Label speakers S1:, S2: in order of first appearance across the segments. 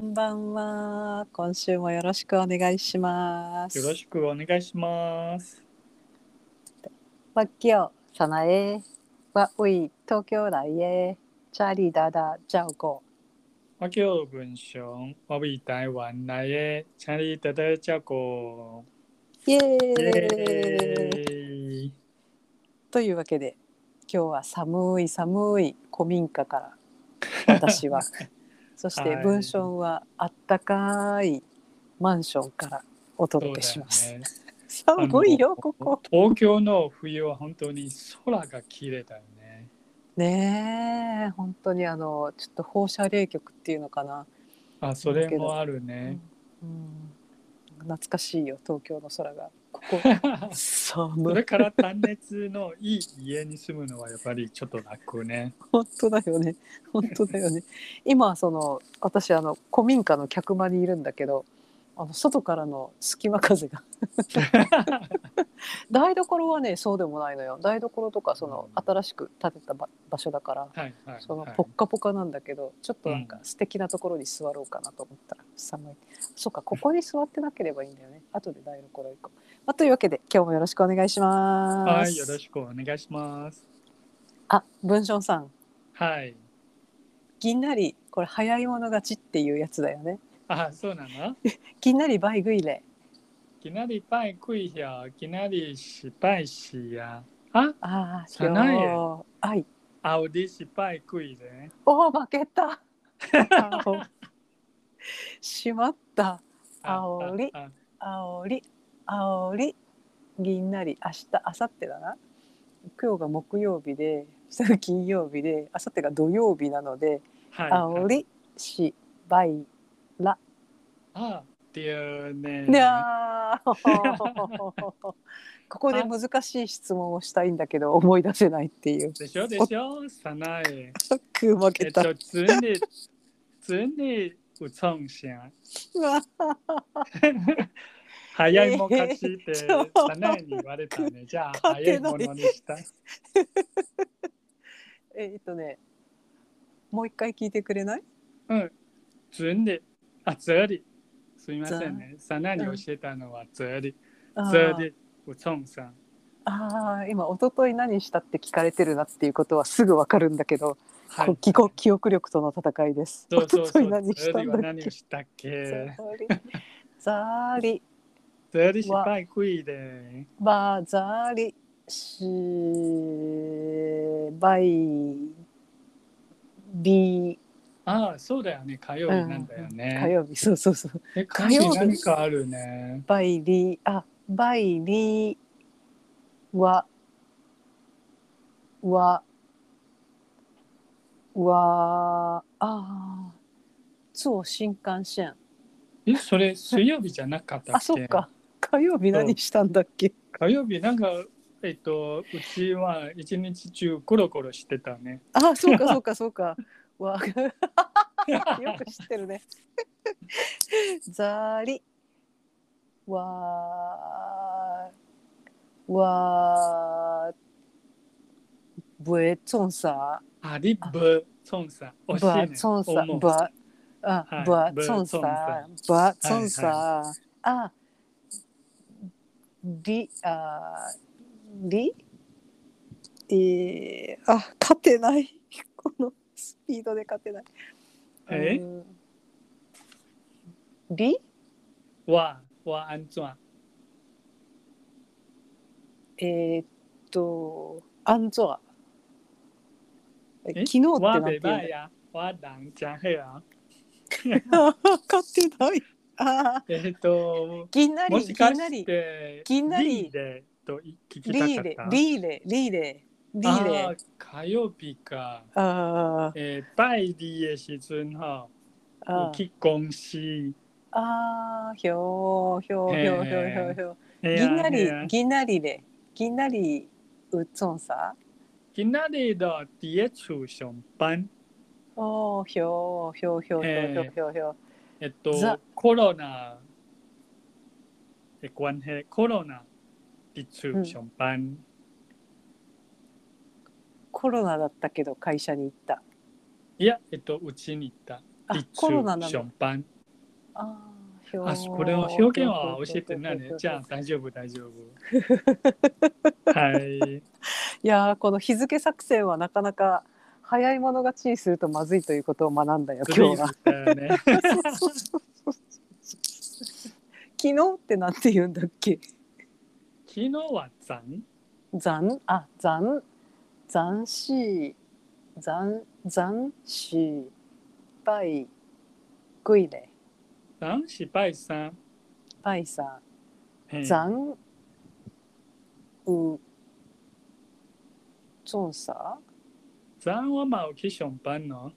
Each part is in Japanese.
S1: んばんは。今週もよろしくお願いします。
S2: よろしくお願いします。
S1: わっきよ、さなえ。わうい、東京来へ。チャリダダ、ジャオゴ。
S2: 我叫文雄，我为台湾来的，请你多多照顾。
S1: イエ
S2: イ
S1: ーイ
S2: エーイ
S1: というわけで、今日は寒い寒い古民家から私 は、そして
S2: はい
S1: 文章はあったかいマンションからお届けします。
S2: そうだよね
S1: 寒いよ、ここ。
S2: 東京の冬は本当に空が綺麗だよね。
S1: ねえ本当にあのちょっと放射冷却っていうのかな、
S2: あ、それもあ るね。
S1: うん、懐かしいよ東京の空がここ
S2: そ
S1: 寒
S2: れ
S1: い
S2: から単熱のいい家に住むのはやっぱりちょっと楽ね。
S1: 本当だよね本当だよね今その私あの古民家の客間にいるんだけどあの外からの隙間風が台所はねそうでもないのよ台所とかその新しく建てたば場所だから
S2: はいはい、はい。
S1: そのポッカポカなんだけど、ちょっとなんか素敵なところに座ろうかなと思ったら寒い。そうか、ここに座ってなければいいんだよ ね。後で台所行こう。まあ、というわけで、今日もよろしくお願いします。
S2: はい、よろしくお願いします。
S1: あ、文章さん、
S2: はい。
S1: ぎんなり、これ早い者勝ちっていうやつだよね。
S2: あ、そうなの
S1: ぎんなりバイグイレ。
S2: きなりパイ食いや、きなり失敗しや。あ、
S1: ああ、
S2: さないえ
S1: よー。はい。
S2: アウディ失敗食いで。
S1: おお、負け た。青しまった。煽り
S2: あ。あ
S1: あおり、あおり、ぎんなり、明日、明後日だな。今日が木曜日で、 明日が金曜日で、明後日が土曜日なので、
S2: あはい。
S1: あお
S2: はい。
S1: り、し、ばい、ら。
S2: あ、っていうね。
S1: であー ここで難しい質問をしたいんだけど、思い出せないっていう。
S2: でしょでしょさない。
S1: ショック負
S2: えっ
S1: けた。
S2: と、つんで、つんで、うつんしゃ。
S1: うわ
S2: 早いもん勝ちって、
S1: ちょ
S2: さないに言われたね。じゃあ、
S1: 勝
S2: 早
S1: て
S2: い
S1: ない
S2: ものにした。
S1: えっとね、もう一回聞いてくれない
S2: うん。つんで、あ、つり。すみませんね。さないに教えたのはつり。
S1: あ
S2: つ
S1: ー
S2: り、うつんさん。
S1: あー今、一昨日何したって聞かれてるなっていうことはすぐわかるんだけど、
S2: は
S1: こ記憶記憶力との戦いです。
S2: そうそうそ
S1: 一昨日何したん
S2: う。は
S1: だっ
S2: 何を
S1: け
S2: したっけ
S1: ザーリ、
S2: それ失敗食いで。
S1: バーザーリ、シバイ、ビ、
S2: ああ、そうだよね。火曜日なんだよ
S1: 火
S2: ね。
S1: 曜日、そうそうそう。
S2: え火曜日何かあるね。
S1: バイリ、あ、バイリ、ワ、ワ、ワ、ああ、つを新幹線。
S2: え、それ水曜日じゃなかったっけ
S1: あ、そっか。。火曜日何したんだっけ。
S2: 火曜日なんか、えっと、うちは一日中コロコロしてたね。
S1: あ、そうか、そう か、そうか。わ、 よく知ってるね。 ざり。わ。わ。ぶえ、つんさ。
S2: ありぶ、孫さん。
S1: ぶ
S2: 惜しいね
S1: あ、つんさ。
S2: 思う
S1: ぶあ。あ
S2: は、い
S1: ぶあ、つんさ
S2: ぶあ。
S1: ぶあ、つんさ。あ。り、あ。り。えー、あ、勝てない。 このスピードで勝てない。
S2: え
S1: うんり
S2: わ、わ、あんつわ。
S1: えーっと、アンゾア。え
S2: え
S1: 昨日ってな
S2: わ、
S1: んて言う
S2: べば
S1: んだ
S2: や。わ、だんちゃんへや。
S1: あー勝てない。ああ、
S2: えっと、
S1: ぎんな
S2: も
S1: り、ぎ
S2: しか
S1: んなり
S2: し、て、
S1: ぎんなり
S2: ーで、と聞きたか
S1: リ
S2: っ
S1: ーレ
S2: た、。
S1: リーレ、リーレ、リー
S2: あ
S1: レ
S2: ー。火曜日か。
S1: あー
S2: えー、拜日的时阵吼，
S1: あ
S2: 有
S1: ー、
S2: 去公司。
S1: あー、ひょー、ひょー、ひょー、ひょー、ひょー、ひょ
S2: 嘿
S1: ー。
S2: 啊
S1: ぎんな
S2: 嘿啊
S1: り、ぎんなりレ、ぎんなり、うっつんさ。
S2: 今仔日就伫咧厝上班。
S1: おー、ひょー、ひょー、ひょー、ひょー、ひょー、ひょー、ひょー。
S2: えっ
S1: ザ
S2: と、コロナ的关系，コロナ伫厝上班。
S1: コロナだったけど会社に行った。
S2: いや、えっと、うちに行った。
S1: あ
S2: 伫
S1: コロナな
S2: 厝
S1: の
S2: 上班。
S1: あー
S2: あ、これは表現は教えてないね。じゃあ大丈夫、大丈夫。はい。
S1: いやーこの日付作戦はなかなか早い者勝ちにするとまずいということを学んだよ
S2: ずる
S1: 今
S2: い
S1: 日は。
S2: だよ ね。
S1: 昨日ってなんて言うんだっけ
S2: 昨日は残
S1: 残あ残残し残残しバイグイレ
S2: 残失敗さん。
S1: バイさ
S2: え
S1: ん
S2: ー
S1: 残うチョンサ
S2: 残はまあ、おきしょんぱんの。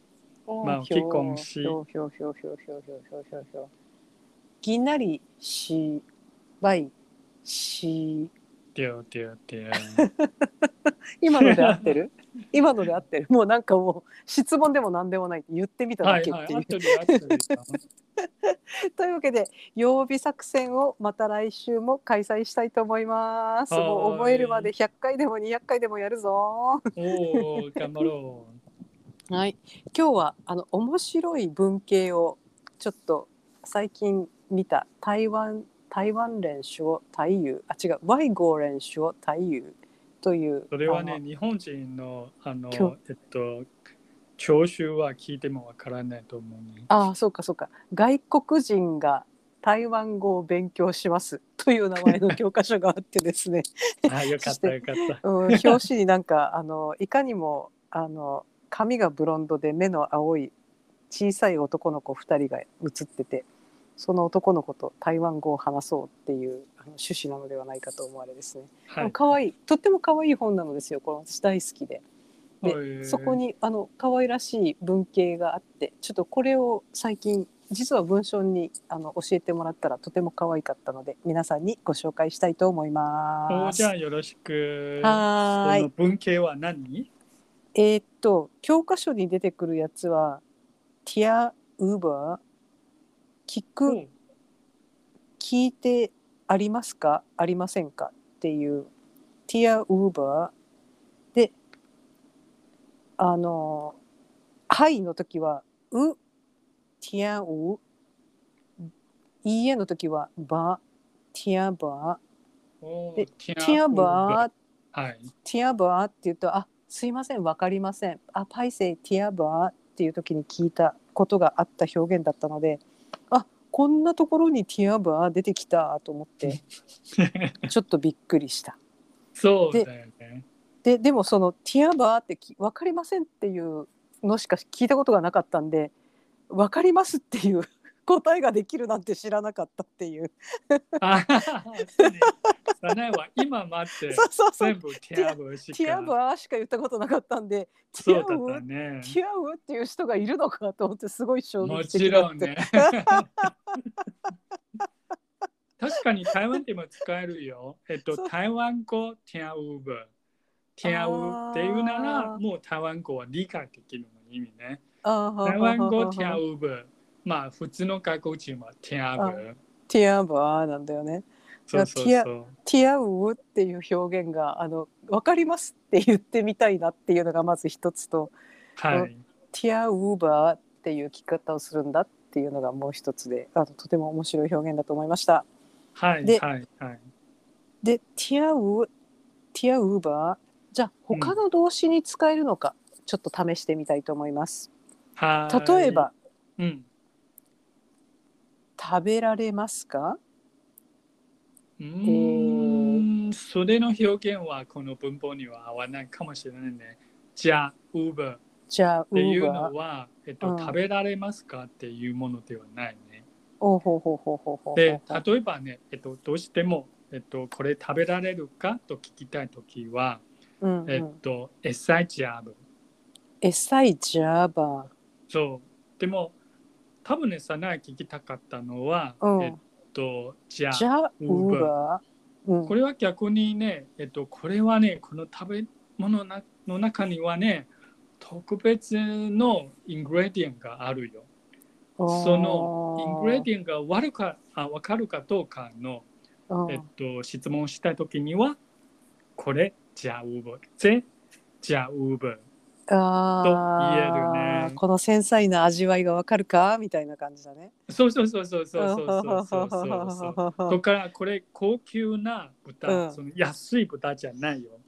S2: まあ
S1: ひょ
S2: 結婚し
S1: ひょひょひょひょひょひょひょひょひょぎなりしバイし
S2: てょてょてょ。
S1: 今ので合って る今ので合ってるもうなんかもう質問でも何でもない言ってみた
S2: は
S1: だ
S2: い
S1: け
S2: は
S1: って
S2: い。
S1: いう
S2: あ。とで、あとで。
S1: というわけで曜日作戦をまた来週も開催したいと思います。
S2: はーい
S1: もう覚えるまで100回でも200回でもやるぞ。
S2: お お、頑張ろう。
S1: はい、今日はあの面白い文系をちょっと最近見た台湾台湾練習を台遊あ違う外語練習を台遊という
S2: それは
S1: あ
S2: ね、日本人の、あの
S1: 今、
S2: えっと、聴取は聞いてもわからないと思うね。
S1: のあそうかそうか外国人が台湾語を勉強しますという名前の教科書があってですね
S2: あ、よかったよかった。
S1: うん、表紙になんか あのいかにもあの髪がブロンドで目の青い小さい男の子2人が写っててその男の子と台湾語を話そうっていうあの趣旨なのではないかと思われですね。
S2: は
S1: でも可愛いとっても可愛い本なのですよこの私大好きで。で
S2: へえ
S1: そこにあの可愛らしい文系があってちょっとこれを最近実は文章にあの教えてもらったらとても可愛かったので皆さんにご紹介したいと思い
S2: お
S1: ま
S2: じ
S1: す。
S2: ゃあよろしく。
S1: はーい
S2: その文系は何
S1: えーっと教科書に出てくるやつは「ティア・ウーバー」聞く、
S2: お
S1: 聞いてありますかありませんかっていう「ティア・ウーバー」であの「はい」の時は「う」「ティア・ウ」「いいえ」の時は「ば」「ティア・バ
S2: お
S1: でー」「
S2: テ
S1: ティア・バー」
S2: ー。はい。
S1: ティアバーって言うと、あ、すいません、わかりません。あ、パイセイティアバーっていう時に聞いたことがあった表現だったので、あ、こんなところにティアバー出てきたと思 って、ちょっとびっくりした。
S2: そうだよね。
S1: で、でもそのティアバーってきわかりませんっていうのしか聞いたことがなかったんで、わかりますっていう答えができるなんて知らなかったっていう。
S2: あははそうねサナエは今待って
S1: そうそうそう。
S2: 全部ティアブしか
S1: ティアバーしか言ったことなかったんで、ティ
S2: そう
S1: ア
S2: だ
S1: ウ
S2: ったね。
S1: ティアウっていう人がいるのかと思ってすごい衝
S2: も
S1: 撃
S2: ち
S1: 的だった
S2: ろ んね。確かに台湾でも使えるよ。えっと、
S1: そう
S2: 台湾語ティアウブ。ティアウっていうな
S1: あ
S2: ら、
S1: ー
S2: もう台湾語は理解できるの意味ね。
S1: あー
S2: 台湾語ティア
S1: テ
S2: ウブ。まあ、普通の外国人はティアブ。
S1: ィアバーなんだよね
S2: そうそう
S1: ティア
S2: そう。
S1: ティアウっていう表現があの分かりますって言ってみたいなっていうのがまず一つと
S2: はい。
S1: ティアウバーっていう聞き方をするんだっていうのがもう一つであのとても面白い表現だと思いました
S2: はい。
S1: で
S2: はい。はい。
S1: でティアウティアウバーじゃあ他の動詞に使えるのか、ちょっと試してみたいと思います
S2: はい
S1: 例えば、。
S2: うん。
S1: 食べられますか
S2: うーん、それの表現はこの文法には合わないかもしれないね。じゃあ、ウーバーっ
S1: じゃあウ
S2: てい
S1: ー
S2: う
S1: バ
S2: の
S1: ー
S2: は、えっと、
S1: うん
S2: 食べられますかっていうものではないね。
S1: おうほうほうほうほうほうほう
S2: で、例えばね、えっと、どうしても、えっと、これ食べられるかと聞きたいときは、
S1: うんうん
S2: えっと、エサイジャブ。
S1: エサイジャーバ
S2: そう。でも、多分ね、さな聞きたかったのは、
S1: うん
S2: えっと、じゃ
S1: ー
S2: あ
S1: ジ、ャウーバー、うん
S2: これは逆にね、えっと、これはね、この食べ物なの中にはね、特別のイングレディエントがあるよ。そのイングレディエントが悪かあ分かるかどうかの、
S1: ィ
S2: えっと、質問したいときには、これ、じゃあウーバー、ぜ、じゃあウーバー
S1: あ
S2: と言える
S1: あ、
S2: ね
S1: この繊細な味わいがわかるかみたいな感じだね。
S2: そうそうそうそうそうそうそうそうそう。だからこれ高級な豚、
S1: うん
S2: その安い豚じゃないよ。
S1: っ
S2: っ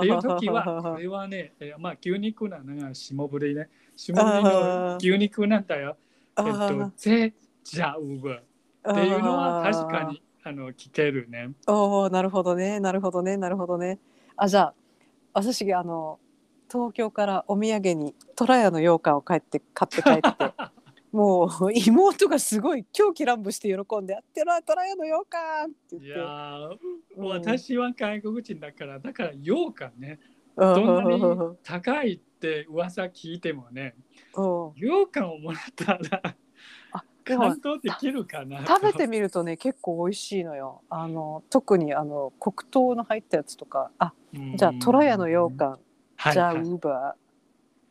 S2: ていう 時はこれはね、えーまあ牛肉なのが霜降りね霜降りの牛肉なんだよ。えっとぜじゃうぶっていうのは確か。にあの聞けるね。
S1: おおーなるほどねなるほどねなるほどね。あじゃあ私あの東京からお土産にトラヤの羊羹を帰って買って帰 って。もう妹がすごい狂気乱舞して喜んで「やってらトラヤの羊羹!」って言っ
S2: い
S1: て
S2: やー、
S1: うん
S2: 私は外国人だからだから羊羹ね
S1: ど
S2: どんなに高いって噂聞いてもね羊羹をもらったら
S1: あでも
S2: 感動できるかなと
S1: 食べてみるとね結構美味しいのよあの特にあの黒糖の入ったやつとかあじゃあトラヤの羊羹、
S2: はい
S1: じゃあウ
S2: はい
S1: ーバ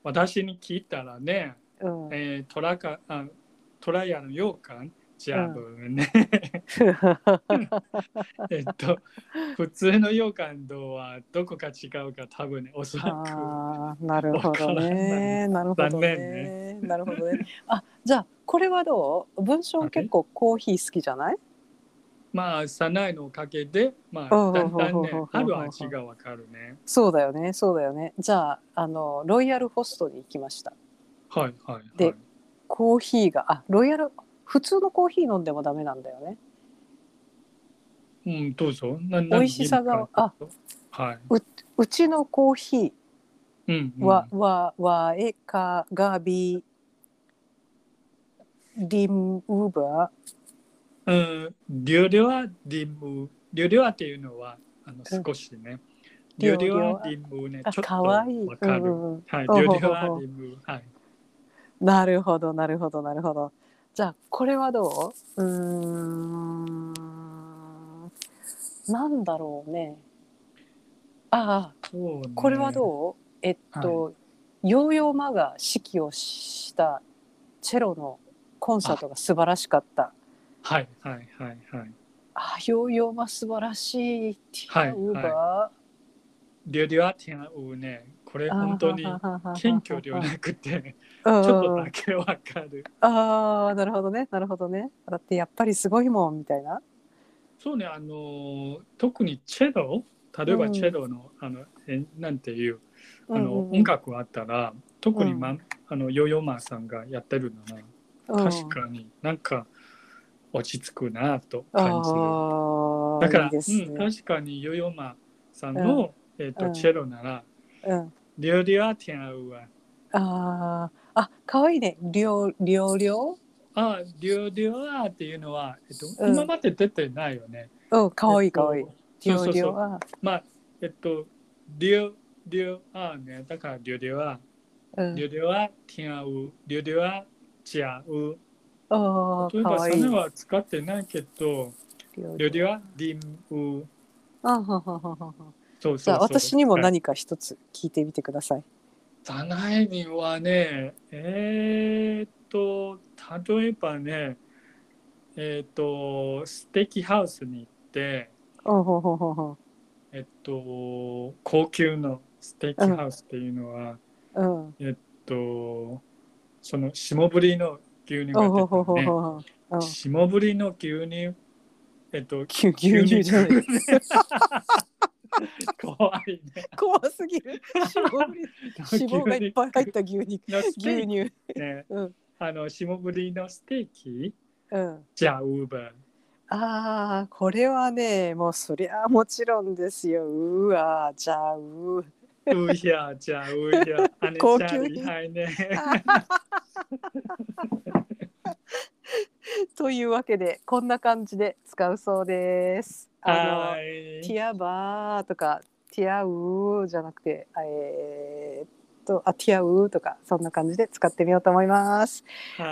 S2: 私に聞いたらね、
S1: ー、うん、
S2: えー、トラカあトラヤの羊羹じゃあ、ね えっと普通の羊羹とはどこか違うか多分ねおそら
S1: あーなるほどねなるほどねなるほどねあじゃあこれはどう文章結構コーヒー好きじゃない
S2: くまあサナイのおかげで
S1: う
S2: まあ
S1: ん
S2: だんだん
S1: ほうほう
S2: ね
S1: ほうほう
S2: ある味がわかるね
S1: そうだよねそうだよねじゃああのロイヤルホストに行きました
S2: はいはいは
S1: で
S2: い
S1: コーヒーがあロイヤル普通のコーヒー飲んでもダメなんだよね
S2: うんどうぞな
S1: 美味しさがあ
S2: は
S1: うちのコーヒー
S2: いうんうん
S1: わ、わ、わ、え、か、がび、リム、ウーバ
S2: うん、リュリュアディム、リュリュアっていうのは、あの
S1: うん
S2: 少しね。リ
S1: リュ
S2: ュリ
S1: リ
S2: ュ
S1: ュ
S2: ア
S1: ア
S2: ディムね、ちょ
S1: ー。
S2: っと
S1: あ、かわいい。
S2: わか
S1: う
S2: る。
S1: んうん
S2: はい、リ
S1: ほう
S2: ュ
S1: ほ
S2: リ
S1: うほう
S2: ュアディム、はい。
S1: うんなるほど、なるほど、なるほど。じゃあ、これはどううーん。なんだろうね。ああ、
S2: そうね
S1: これはどう、えっと、ヨーヨーマが指揮をしたチェロのコンサートが素晴らしかった。
S2: はい、はい、はい、はい。
S1: あ、ヨーヨーマ素晴らしい。
S2: はい
S1: ウーバー。
S2: リュリュアティアウね、これ本当に謙虚ではなくて、
S1: ちょ
S2: ちょっとだけわかる。
S1: ああなるほどねなるほどねだってやっぱりすごいもんみたいな
S2: そうね、あの、特にチェロ、例えば
S1: うん
S2: チェロの、あの、えなんていう、あ
S1: うん
S2: の、
S1: うん
S2: 音楽あったら、特にま、
S1: う
S2: あの、ヨーヨーマンさんがやってるのな。
S1: うん
S2: 確かになんか落ち着くなと感じる。
S1: あ
S2: だ
S1: あ
S2: か
S1: い
S2: ら
S1: いです
S2: うん、
S1: ね
S2: 確かにヨヨマさんの、えっと
S1: うん
S2: チェロなら、
S1: うん
S2: リュリュアティアウは、
S1: あーあ可愛いねりょうりょうりょ
S2: あリュリュアっていうのは、えっと
S1: うん
S2: 今まで出てないよね。
S1: ううん可愛い可愛い
S2: えっと
S1: りょ
S2: そうそうそう
S1: うりょうは
S2: まあ、えっと、リュリュアね、だからリュリュア、
S1: うん
S2: リュリュアティアウ、リュリュアチアウ。
S1: ああ
S2: 例えば
S1: 可
S2: そ
S1: 愛い
S2: れは使ってないけど、リュリュアディムウ。
S1: あははははは
S2: そうそうそう
S1: じゃあ私にも
S2: はい
S1: 何か一つ聞いてみてください
S2: ダナエミはね、えーっと、例えばね、えーっと、ステーキハウスに行って、
S1: おほほほほ
S2: えっと、高級のステーキハウスっていうのは、
S1: うん
S2: とその霜降りの牛乳
S1: お
S2: が
S1: ほほほ
S2: 出てるね。
S1: ほうん
S2: 霜降りの牛乳、え っと、
S1: 牛牛乳じゃない
S2: 牛乳怖いね。
S1: 怖すぎる脂肪 り脂肪がいっぱい入った牛肉
S2: 牛乳
S1: 牛乳
S2: ね、
S1: うん
S2: あの霜降りのステーキ
S1: うん
S2: じゃあウーバー。
S1: ああこれはねもうそりゃもちろんですようわじゃあう
S2: うひゃじゃあうひゃ。あれ
S1: 高
S2: じ
S1: 級
S2: ゃありはいね。
S1: というわけでこんな感じで使うそうですあ
S2: は
S1: のテ
S2: い。
S1: ィアバーとかティアウーじゃなくてえーっとあティアウーとかそんな感じで使ってみようと思います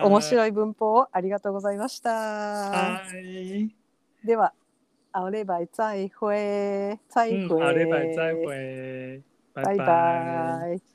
S1: 面
S2: い。
S1: 白い文法をありがとうございました
S2: はい。
S1: ではあれば再会再
S2: う
S1: 会
S2: ん、あれば再会。バ
S1: バ
S2: イ
S1: イ
S2: バイ
S1: バ。イ